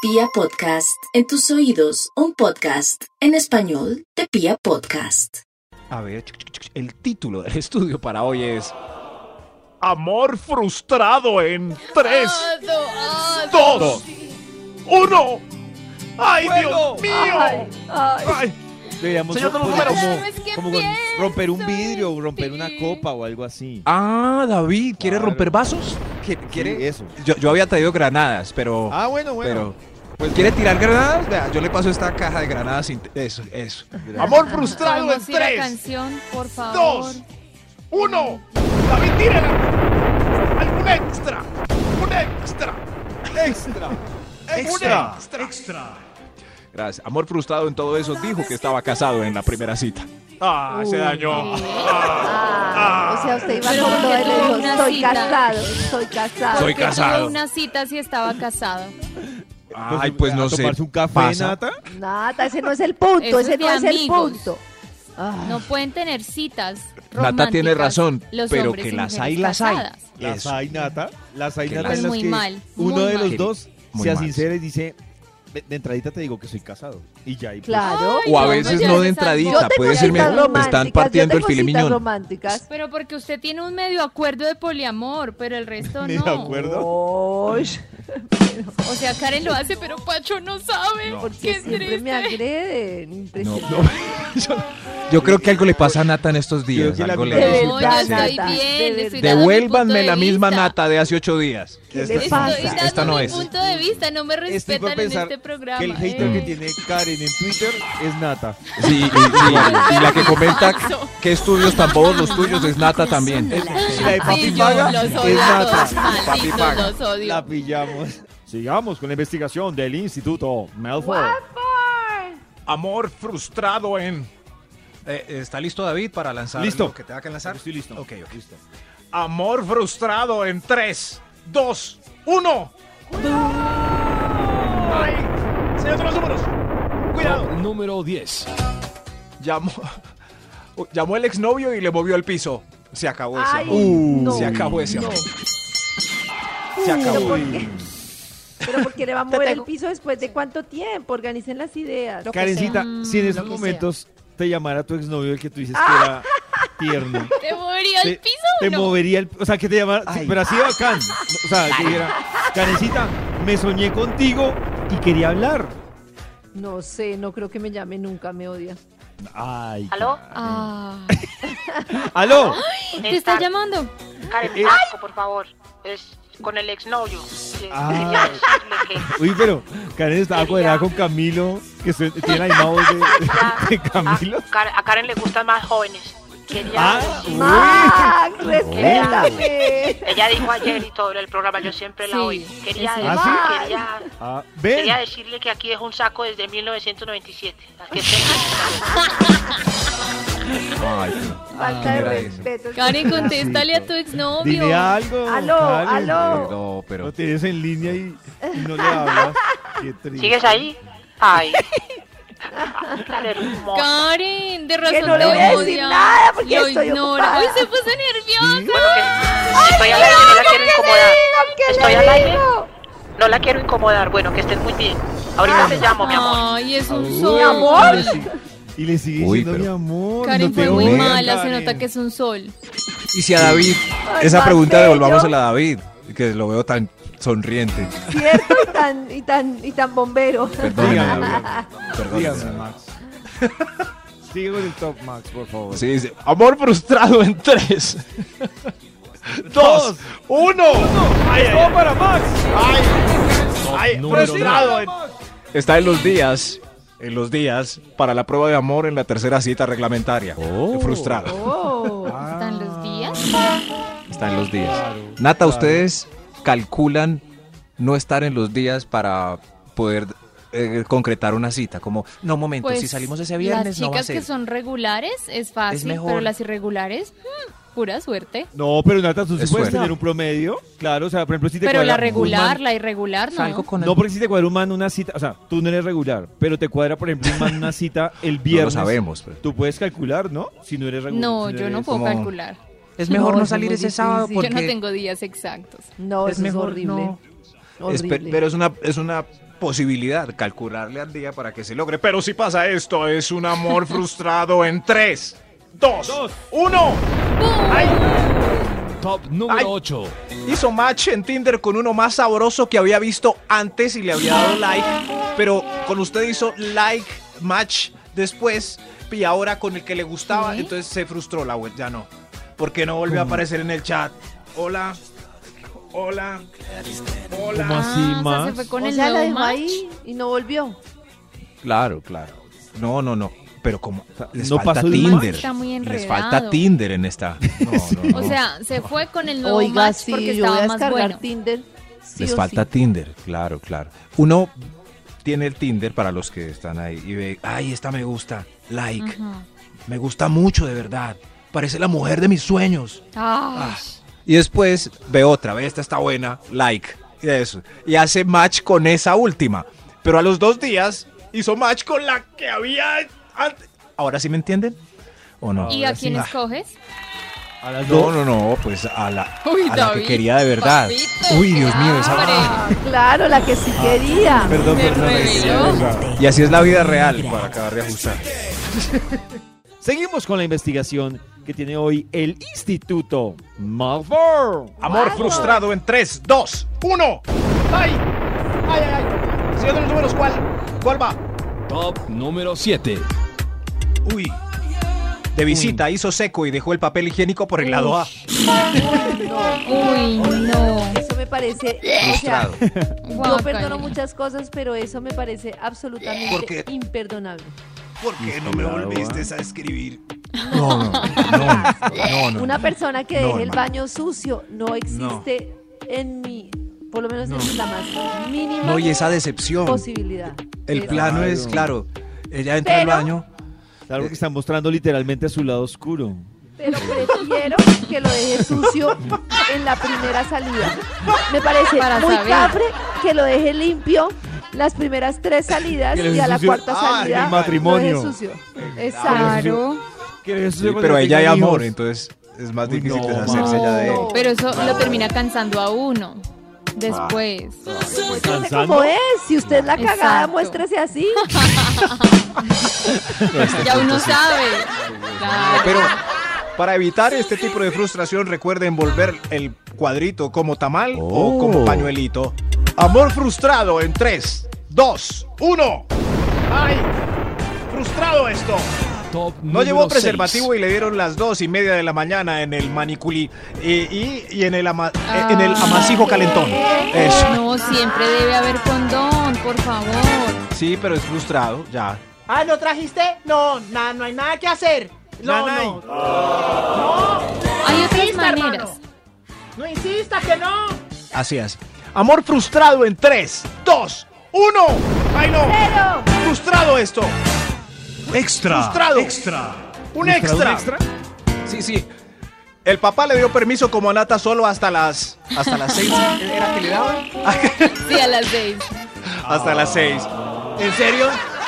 Pia Podcast, en tus oídos, un podcast en español de Pia Podcast. A ver, chuc, chuc, chuc, el título del estudio para hoy es Amor frustrado en 3, Ado, ado. 2, 1. ¡Ay, Bueno. Dios mío! Ay, Deberíamos Señor de los poner números. Ay, es que como con- pienso romper un vidrio, en o romper una ti. copa o algo así. Ah, David, ¿quiere Claro. romper vasos? ¿Qui- Sí, ¿Quiere? eso. Yo, yo había traído granadas, pero... Ah, bueno, bueno. pero pues, ¿Quiere tirar granadas? Vea, yo le paso esta caja de granadas. sin- Eso, eso. amor frustrado en Podemos ir a 3, canción, por favor. 2, 1. David, tírala. Algún extra. Un extra. Extra. Un extra. extra. Gracias. Amor frustrado en todo eso. Dijo que estaba casado en la primera cita. Ah, se dañó. Ah, o sea, usted iba Pero con todo y porque le tuvo dijo, una estoy cita". casado, estoy casado. Soy Porque casado. Tuvo una cita si estaba casado. Ay, pues no ¿A sé. tomarse un café, pasa. Nata? Nada, ese no es el punto, Eso es ese no de es el amigos. punto. Ah, No pueden tener citas. Nata tiene románticas razón, los pero hombres que y las mujeres hay, las hay. casadas. Las Eso. hay, Nata. Las hay, Que Nata, las- en las Muy que mal, uno muy de mal. los dos Muy sea mal. sincero y dice, de, de entradita te digo que soy casado. Y ya. y pues, claro. Ay, O a no, veces no no de llegues al Yo entradita. punto. tengo Puede ser, citas me me románticas, están yo partiendo el tengo citas filimiñón. románticas. Pero porque usted tiene un medio acuerdo de poliamor, pero el resto ¿Medio no. acuerdo? Uy, O sea, Karen lo hace, pero Pacho no sabe. porque Qué siempre me triste. agreden, impresionante. Yo creo que algo le pasa a Nata en estos días. que la Algo mitad le de No, hizo. no Nata, estoy de bien. verdad. estoy dando mi punto Devuélvanme de la misma vista. Nata de hace ocho días. ¿Qué Esta- le Estoy pasa? dando Esta no mi es. punto de vista, no me Es tipo respetan en pensar este programa. que el hater eh. que tiene Karen en Twitter es Nata. Sí, y, y- y la que comenta qué estudios tan bobos los tuyos es Nata también. Y la de Papi Sí, yo Paga los es odio a todos, Nata. malditos, Paga. los odio. La pillamos. Sigamos con la investigación del Instituto Melford. Amor frustrado en... Eh, ¿Está listo David para lanzar Listo. lo que tenga que lanzar? Estoy listo. Ok, ok. Amor frustrado en 3, 2, 1. ¡Ay! Señor de los números. Cuidado. Número 10. Llamó, llamó el exnovio y le movió el piso. Se acabó ese Ay, amor. no, Uh, se acabó ese no. Uh, amor. Se Pero acabó. ¿por qué? Pero porque le va a mover el piso después de cuánto tiempo, organicen las ideas. Karencita, sea. si en Mm, esos lo que momentos te llamara tu exnovio el que tú dices que era tierno, ¿Te movería el te, piso o te no? movería el... O sea, que te llamara... sí, Ay. Pero así de bacán. O sea, que dijera, Karencita, me soñé contigo y quería hablar. No sé, no creo que me llame nunca, me odia. Ay. ¿Aló? Ah, ¡Aló! ¿Te está llamando? Karen, Eh, Blanco, por favor. Es con el exnovio. Que Ah. Quería decirle que Uy, pero Karen estaba cuadrada con Camilo, que se- tiene la misma voz de, de Ah. Camilo. a, Karen- a Karen le gustan más jóvenes. Quería Ah, decirle- ¡Max, respétame! Ella dijo ayer y todo en el programa, yo siempre Sí, la oí. Quería, sí, sí. decir- ¿Ah, sí? quería, Ah, quería ven. decirle que aquí es un saco desde 1997. Que se- Falta de mira respeto. Karen, contéstale a tu exnovio. Dile algo. Aló, Karen. aló. No, pero... Lo tienes en línea y, y no le hablas. Qué triste. ¿Sigues ahí? Ay. Karen, hermosa. Karen, de razón Que no te le voy a decir odia. nada porque Lo estoy ignora. ocupada. Hoy se puso nerviosa. Bueno, que estoy al aire, no la quiero incomodar. Estoy al aire, no la quiero incomodar. Bueno, que estés muy bien. Ah. Ahorita te llamo, mi amor. Ay, es un Uy, sol. y le sigue- Y le sigue Uy, diciendo pero- mi amor. Karen no te fue muy odio, mala, se Karen". nota que es un sol. Y si a David, Ay, esa pregunta Marcelo. devolvámosela a David, que lo veo tan sonriente. Cierto y tan, y tan, y tan bombero. Perdóneme, Dígame, David. Perdóneme, Dígame, David. Max. Sigue con el top, Max, por favor. Sí, dice, amor frustrado en tres. Dos, uno. Ay, ay, ¡Todo para Max! ay. Ay, frustrado. en- Está en los días, en los días, para la prueba de amor en la tercera cita reglamentaria. Frustrado. Oh. ¿Están Ah. los días? Está en los días. Nata, ¿ustedes calculan no estar en los días para poder eh, concretar una cita? Como, no, momento, si salimos ese Pues, las viernes no chicas va a ser. que son regulares es fácil, pero mejor. las irregulares, mm, pura suerte. No, pero Nata, tú sí Es puedes suerte. tener un promedio. Claro, o sea, por ejemplo, si te Pero cuadra la un regular, man- la irregular, no. No, porque si te cuadra un man una cita, o sea, tú no eres regular, pero te cuadra, por ejemplo, un man una cita el No lo viernes. sabemos. pues. pero- Tú puedes calcular, ¿no? Si no eres regular. No, si yo no eres- puedo como- calcular. Es mejor no, eso es salir muy ese sábado difícil. porque... Yo no tengo días exactos. No, eso es horrible. Espe- Horrible. pero es una, es una posibilidad calcularle al día para que se logre. Pero si pasa esto, es un amor frustrado en tres. Dos, uno. Top número Ay. 8. Hizo match en Tinder con uno más sabroso que había visto antes y le había dado like, pero con usted hizo like, match después y ahora con el que le gustaba, ¿Sí? entonces se frustró la web, ya no. Porque no volvió a aparecer en el chat. Hola. Hola. ¿Cómo así, Ah, o sea, Max? se fue con o el sea, la nuevo dejó match. ahí y no volvió. Claro, claro. No, no, no. Pero como les no falta pasó el Tinder. match. Está muy les enredado. falta Tinder en esta. No, no, no. O sea, se fue con el nuevo Oiga, match sí, porque yo voy a estaba más descargar bueno. Tinder. sí Les o falta sí. Tinder, claro, claro. Uno tiene el Tinder para los que están ahí y ve, ay, esta me gusta, like, Ajá. me gusta mucho de verdad, parece la mujer de mis sueños. Ah, Y después ve otra, ve, esta está buena, like, y eso. Y hace match con esa última, pero a los dos días hizo match con la que había antes. ¿Ahora sí me entienden? ¿O no? ¿Y a Ahora sí. quién Ah, escoges? A las No, dos. no, no, pues a la, Uy, a la que David, quería de verdad. papito, Uy, Dios mío, esa... hambre. Ah, claro, la que Ah. sí quería. Perdón, Me perdón. reveló. Y así es la vida real para acabar de ajustar. Seguimos con la investigación que tiene hoy el Instituto Malfour. Amor frustrado en 3, 2, 1. ¡Ay! ¡Ay, ay, ay! Señor de los números, ¿cuál? ¿Cuál va? Top número 7. Uy. De visita hizo seco y dejó el papel higiénico por el lado A. Uy, no. Eso me parece. O sea, Frustrado. yo Guácala. perdono muchas cosas, pero eso me parece absolutamente ¿Por qué? imperdonable. ¿Por qué no me volviste a escribir? Una persona No, que deje el hermano. baño sucio no existe en mi, por lo menos en la más mínima No, y esa decepción. posibilidad. El Es- plano es, claro, ella entra Pero- al baño. Es algo que están mostrando literalmente a su lado oscuro. Pero prefiero que lo deje sucio en la primera salida. Me parece Para muy saber. cafre que lo deje limpio las primeras tres salidas Que lo y deje a la sucio. cuarta Ah, salida en el matrimonio. lo deje sucio. Exacto. Claro. Sí, pues pero ella hay amor, entonces es más Uy, difícil no, deshacerse no. ya de él. Pero eso lo termina cansando a uno. Después. Ah, No sé cómo es. Si usted es la cagada, Exacto. muéstrese así. ya uno sabe. Claro. Pero para evitar este tipo de frustración, recuerden volver el cuadrito como tamal o como pañuelito. Amor frustrado en 3, 2, 1. ¡Ay! Frustrado esto. Top número No llevó seis. preservativo y le dieron las dos y media de la mañana en el maniculí y, y- y en, el ama- eh, Ah. en el amasijo calentón. Eso. No, siempre debe haber condón, por favor. Sí, pero es frustrado, ya. Ah, ¿no trajiste? No, na, no hay nada que hacer. No, Nanay. no. Hay otras Insista, hermano. maneras. No insista que no. Así es. Amor frustrado en 3, 2, 1. ¡Ay, no! Frustrado esto. Extra. Frustrado. Un extra. Sí, sí. El papá le dio permiso como a Nata solo hasta las hasta las seis. ¿Era que le daban? Sí, a las seis. hasta las seis. ¿En serio?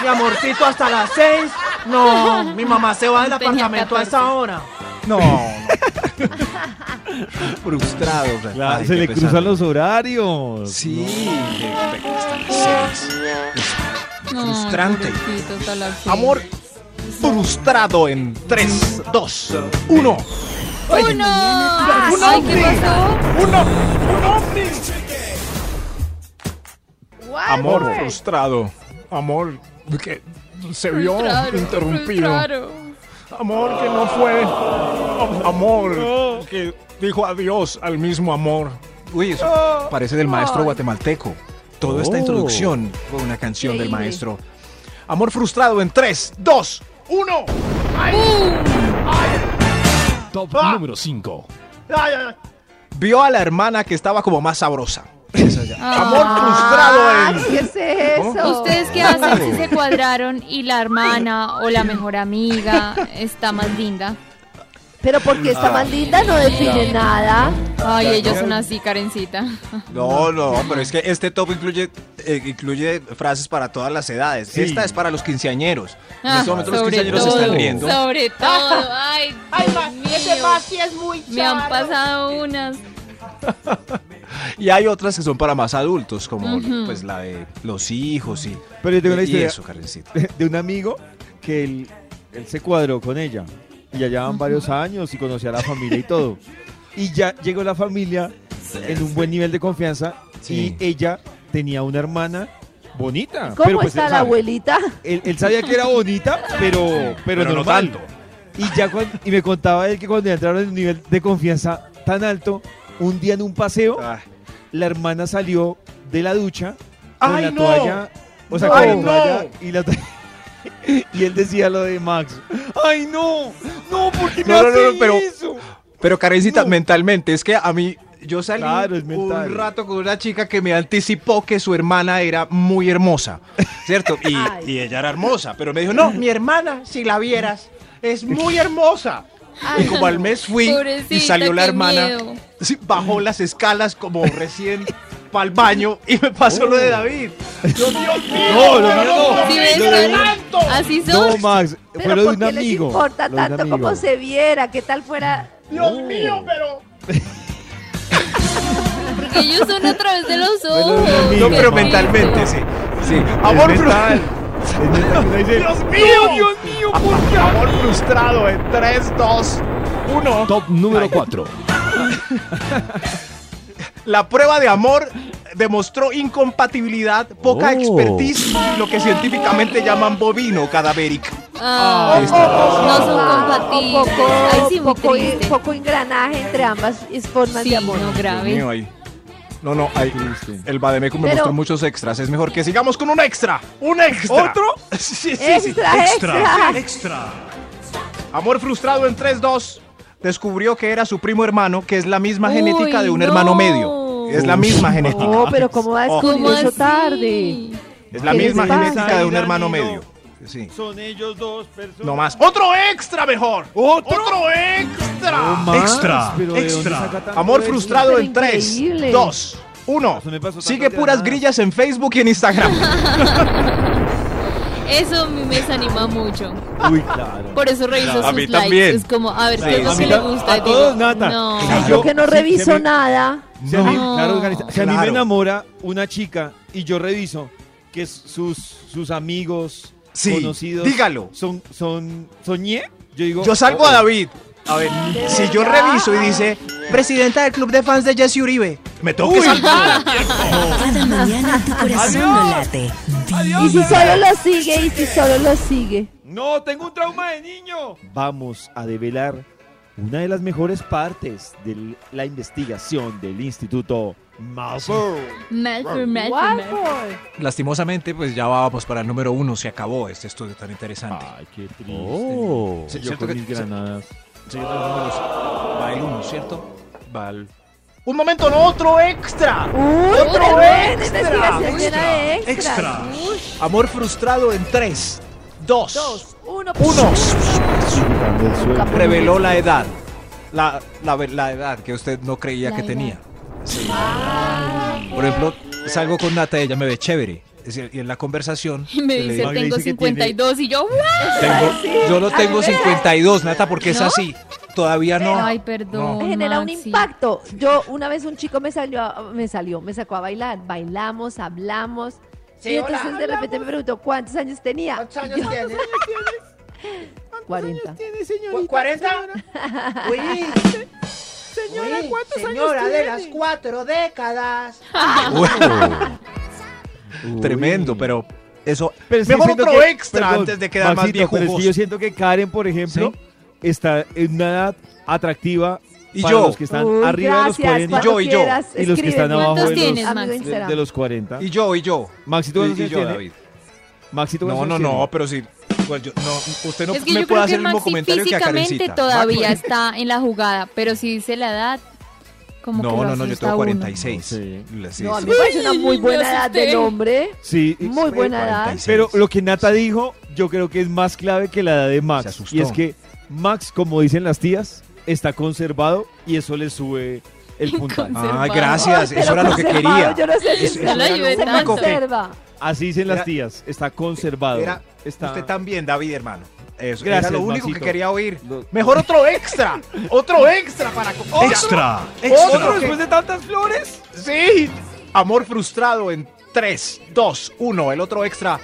Mi amorcito, hasta las seis. No, mi mamá se va del Tenía apartamento a 14. esa hora. No. no. frustrado. o sea, Claro, ay, se qué le pesar. cruzan los horarios. Sí. qué- hasta las seis. Frustrante. Amor Amor. frustrado en 3, 2, 1. Uno. Ay, ¿qué pasó? Uno. Un hombre. Amor frustrado. Amor que se vio Frustrado, interrumpido. frustrado. Amor que no fue. Amor que dijo adiós al mismo amor. Uy, eso parece del maestro guatemalteco. Toda esta Oh. introducción fue una canción del Increíble. maestro. Amor frustrado en 3, 2, 1. Top Ah. número 5. Ay, ay, ay. Vio a la hermana que estaba como más sabrosa. Amor Ah, frustrado en. ¿Qué es eso? ¿Ustedes qué hacen si se cuadraron y la hermana o la mejor amiga está más linda? Pero porque está más linda no define nada. Ay, ellos son así, Karencita. No, no, pero es que este top incluye, eh, incluye frases para todas las edades. Esta es para los quinceañeros. En Ah, este momento los quinceañeros se están riendo. Sobre todo. Ay, Ay, Dios ma, mío. ese Basti es muy Me han charro. pasado unas. Y hay otras que son para más adultos, como pues la de los hijos y, Pero yo tengo una y historia eso, Karencita. de un amigo que él, él se cuadró con ella. Y ya llevan varios años y conocía a la familia y todo. Y ya llegó la familia en un buen nivel de confianza Sí. y ella tenía una hermana bonita. ¿Cómo pero pues está él la sabe- abuelita? Él, él sabía que era bonita, pero, pero, Pero no normal. tanto. Y, ya cuan- y me contaba él que cuando ya entraron en un nivel de confianza tan alto, un día en un paseo, Ah, la hermana salió de la ducha con ¡Ay, la no! toalla. O sea, ¡No! con la ¡Ay, toalla no! y la to- Y él decía lo de Max. ¡Ay, no! ¡No, ¿por qué me No, no, hace no, no, pero- eso? Pero Karencita, No. mentalmente, es que a mí yo salí Claro, es mental. un rato con una chica que me anticipó que su hermana era muy hermosa, ¿cierto? Y, Ay. y ella era hermosa, pero me dijo, no, Mi hermana, si la vieras, es muy hermosa. Y como al mes fui y Pobrecita, salió la qué hermana, miedo. sí, bajó las escalas como recién pa'l baño y me pasó lo Oh. de David. No, lo mío no. ¿Sí ves, Lo de Karen? un- Así son. No, Max, Pero fue lo de ¿por un qué les amigo. importa lo de un tanto amigo. cómo se viera? ¿Qué tal fuera? Dios mío, pero. Porque ellos son a través de los Bueno, ojos. amigo. No, qué pero triste. mentalmente, sí. Sí, Es amor fru- mental. Es mental que uno dice, ¡Dios mío! ¡Dios mío! ¿por qué? Amor frustrado en 3, 2, 1. Top número 4. La prueba de amor demostró incompatibilidad, poca Oh. expertise y lo que científicamente llaman bovino cadavérico. Ah, no son Ah, o compatibles. poco, Ay, sí, muy poco, triste. poco engranaje entre ambas formas Sí, de amor. no grave. Mío ahí. No, no, ahí. El Bademecum me Pero- mostró muchos extras. Es mejor que sigamos con un extra. Un extra. ¿Otro? Sí, sí, sí. Extra, extra. Amor frustrado en 3-2. Descubrió que era su primo hermano, que es la misma Uy, genética de un no. hermano medio. Es la misma genética. No, pero ¿cómo va a descubrir ¿Cómo eso así? tarde? Es la ¿Qué les misma pasa? genética de un hermano Danilo. medio. Sí. Son ellos dos personas. No más. ¡Otro extra mejor! ¿Otro? extra! No más, Extra, pero ¿de dónde extra. saca tanto Amor eso? frustrado Pero en 3, Pues, increíble. 2, 1. Eso me pasó tanto Sigue de puras nada. grillas en Facebook y en Instagram. Eso a mí me desanima mucho. Uy, claro. Por eso reviso Claro, a sus mí likes. también. Es como, a ver, Sí, ¿qué es a lo mí que le tam- gusta? a Y digo, todos, Nata. No. Claro. Yo que no Sí, reviso sí, me- nada. Si a mí, No. claro, Karencita, si a mí Claro. me enamora una chica y yo reviso que s- sus, sus amigos, Sí, conocidos, dígalo. son, son, son ñe, yo digo, Yo salgo a "Oh, David. A ver, si yo verdad? reviso y dice, Presidenta del club de fans de Jesse Uribe. me tengo que salvar. Cada mañana tu corazón no late. Y si solo lo sigue, y si solo lo sigue. no, tengo un trauma de niño. Vamos a develar una de las mejores partes de la investigación del Instituto Mauser. Malfoy, Malfoy, What Malfoy. for? Lastimosamente, pues ya vamos para el número uno. Se acabó este estudio tan interesante. qué triste. Sí, Oh, yo siento con que- mis granadas. Señor de los números, va el uno, ¿cierto? Va el- Un momento, no, otro extra. Uy, Otro pero buena extra, investigación llena de extras. Uy, Amor frustrado en 3, 2, dos, uno, 1. Quitando el sueño. Reveló la edad. La, la, ve- la edad que usted no creía La que edad. tenía. Sí. Por ejemplo, salgo con Nata, ella me ve chévere. Es decir, Y en la conversación. Y me le dice, digo, le dice tengo que tiene- 52. Y yo, ¿what? "Tengo- yo no Ay, tengo mira. 52, Nata, porque es ¿No? así. Todavía Ah, no. Ay, perdón. genera un Maxi. impacto. Yo una vez un chico me salió, a- me salió, me sacó a bailar, bailamos, hablamos. Sí, y entonces hola. de repente me preguntó cuántos años tenía. ¿Cuántos Y años yo, tienes? 40. ¿Cu- ¿40? Uy. Señora, ¿cuántos señora de las cuatro décadas. Uy. Tremendo, pero eso. Pero es que Mejor siento otro que- extra perdón, antes de quedar más Maxito, pero es que viejugoso. yo siento que Karen, por ejemplo, está en una edad atractiva Y para yo. los que están Uy, arriba Pues, gracias, de los Y 40 yo, cuando y yo. quieras, Y los que están escríbeme. abajo de ¿Cuántos tienes, Amigo Max? Instagram. de los 40. Y yo, y yo. Maxito, ¿cuántos Y- y años yo, tiene? David. Maxito, No, ¿cuántos no, años no, tiene? pero sí. pues yo- no, usted no Es que me puede yo creo que hacer el mismo Maxi comentario que a físicamente Karencita. todavía Maxi- está en la jugada, pero si dice la edad, como que No, lo no, no, yo asusta tengo a uno. 46. Sí. Le- sí, No, a sí. mí me parece una muy Me buena edad asusté. del hombre. Sí, y- Muy buena edad. 46. pero lo que Nata dijo, yo creo que es más clave que la edad de Se Max. asustó. Y es que Max, como dicen las tías, está conservado y eso le sube el puntaje. Con- Ah, Observado. gracias, Ay, eso pero era lo que conservado, quería. Yo no sé si Eso- eso se era lo se único que- conserva. Así dicen las Era- tías. Está conservado. Era- está... Usted también, David, hermano. Eso, Gracias, era lo único Maxito. que quería oír. Lo- Mejor otro extra. otro extra para... ¿Otro? Extra. Otro que- de tantas flores? Sí. Amor frustrado en 3, 2, 1. El otro extra.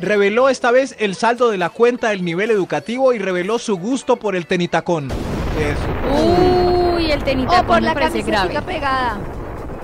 Reveló esta vez el saldo de la cuenta del nivel educativo y reveló su gusto por el tenitacón. Eso. Uy, el tenita O por me la parece grave. camiseta pegada.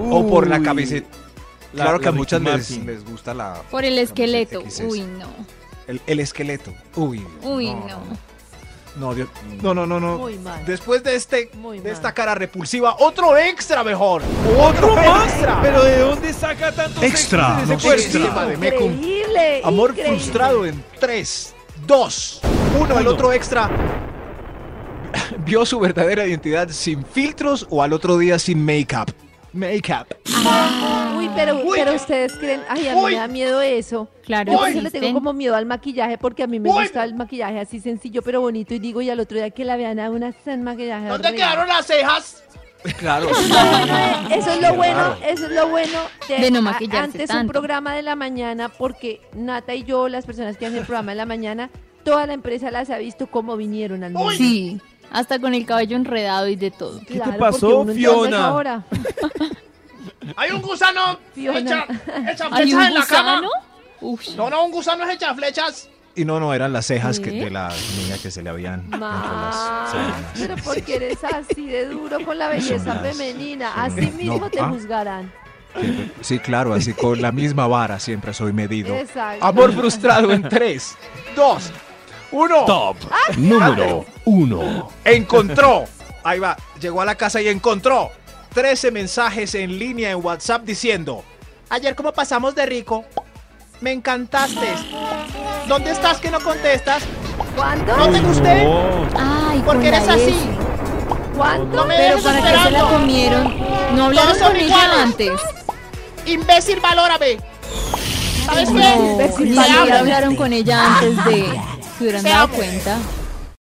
O "Oh, por la Uy, cabeceta. la- Claro que la a muchas Ricky les, Martin. les gusta la... Por el esqueleto. XS. Uy, no. El, el esqueleto. Uy. Uy, no. No, Dios- no, no, no, no. Muy mal. Después de este, Muy de esta mal. cara repulsiva, otro extra mejor. ¡Otro extra! extra! ¿Pero de dónde saca tantos Extra, extras de no ese cuerpo? Sí, madre, me cum- Increíble. Amor increíble. frustrado en 3, 2, 1. El otro extra vio su verdadera identidad sin filtros o al otro día sin make-up. Make-up. Uy, pero, pero ustedes creen, ay, a mí me da miedo eso. Claro, Yo por eso le existen. tengo como miedo al maquillaje porque a mí me gusta el maquillaje así sencillo pero bonito y digo y al otro día que la vean a una sin maquillaje. ¿Dónde horrible. quedaron las cejas? Claro. Eso es lo bueno, eso es lo bueno de, De no a- maquillarse antes un tanto. programa de la mañana porque Nata y yo, las personas que hacen el programa de la mañana, toda la empresa las ha visto cómo vinieron al mundo. Sí, hasta con el cabello enredado y de todo. te Claro, pasó, porque uno entiende Fiona? ahora. Hay un gusano. Fiona. Echa, echa ¿Hay flechas un en la cama. gusano? Uy. No, no, un gusano es echa flechas. Y no, no, eran las cejas que, ¿Qué? de la niña que se le habían entre las Max, sábanas. pero porque eres así de duro con la belleza Son las- femenina, son- así no, mismo te ah. juzgarán. Sí, claro, así con la misma vara siempre soy medido. Exacto. Amor frustrado en 3, 2, 1. Top número uno. Encontró. Ahí va. Llegó a la casa y encontró 13 mensajes en línea en WhatsApp diciendo: Ayer como pasamos de rico. Me encantaste. ¿Dónde estás que no contestas? ¿Cuándo? No te gusté. No, Ay, ¿Por qué con la eres así? S. ¿Cuándo? No me Pero dejes para qué se la esperando. comieron. No hablaron Todos son con iguales. ella antes. Imbécil, valórame. ¿Sabes No, qué? ni imbécil, pues, siquiera valórame. hablaron con ella antes de. Se hubieran Te dado amo. cuenta.